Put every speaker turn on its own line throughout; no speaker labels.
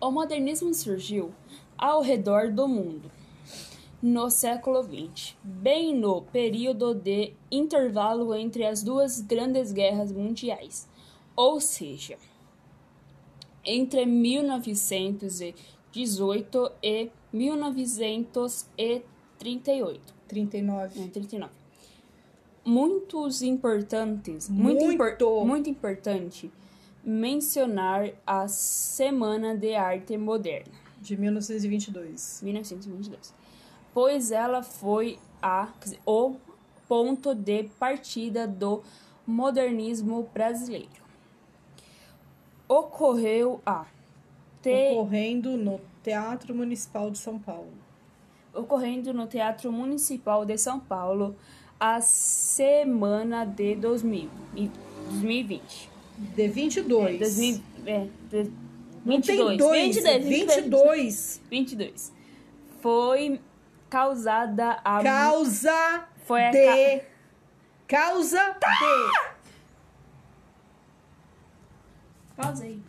O modernismo surgiu ao redor do mundo no século XX, bem no período de intervalo entre as duas grandes guerras mundiais, ou seja, entre 1918 e 1938.
39.
Não, 39. Muitos importantes, muito,
Muito!
impor- muito importante mencionar a Semana de Arte Moderna.
De 1922.
1922, pois ela foi a, quer dizer, o ponto de partida do modernismo brasileiro. Ocorreu a te,
Ocorrendo no Teatro Municipal de São Paulo.
ocorrendo no Teatro Municipal de São Paulo a semana de 2000, e 2020.
De 22.
2000, é, de,
Não
22,
tem dois.
22,
22.
22. Foi causada a
Causa
Foi a Tá!
de... Causa de...
Pausa aí.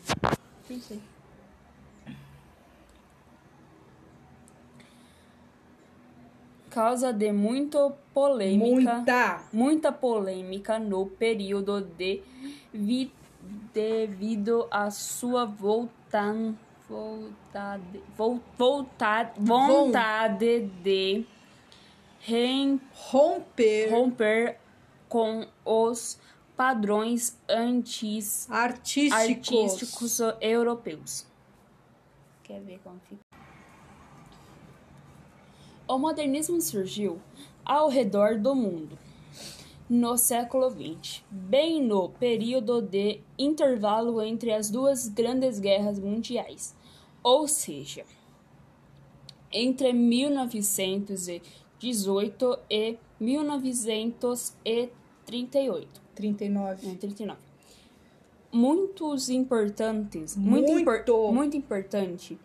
Pensei. Causa de muito polêmica.
Muita.
muita polêmica no período de vi- devido à sua voltan, voltade, vol, volta, vontade de rem,
Romper.
romper com os padrões antes
Artísticos.
artísticos europeus. Quer ver como fica? O modernismo surgiu ao redor do mundo no século XX, bem no período de intervalo entre as duas grandes guerras mundiais, ou seja, entre 1918 e 1938.
39.
Não, 39. Muitos importantes, muito,
Muito!
impor- muito importante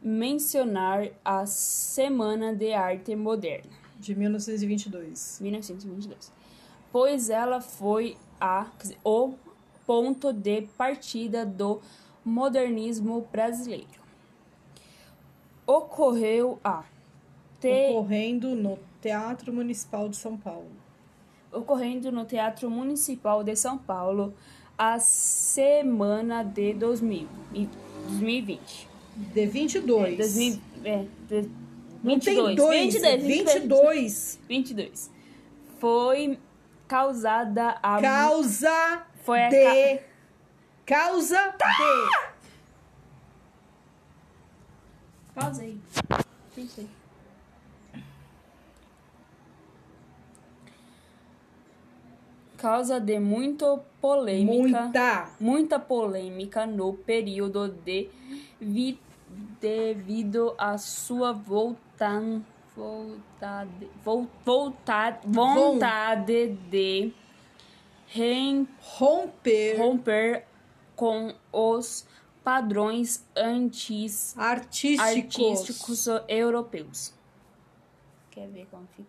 mencionar a Semana de Arte Moderna,
De 1922.
1922, pois ela foi a, quer dizer, o ponto de partida do modernismo brasileiro. Ocorreu a te,
Ocorrendo no Teatro Municipal de São Paulo.
ocorrendo no Teatro Municipal de São Paulo a semana de 2000 e 2020.
De 22.
2000, é, de-
Não tem
22,
dois.
22,
22.
22. Foi causada a
Causa
foi a ca- Tá!
de... Causa de...
Pausa aí. Pensa aí. Causa de muito polêmica.
Muita.
muita polêmica no período de vi- devido à sua voltan, voltade, vol, volta- vontade de rem,
Romper.
romper com os padrões antes
Artísticos.
artísticos europeus. Quer ver como fica?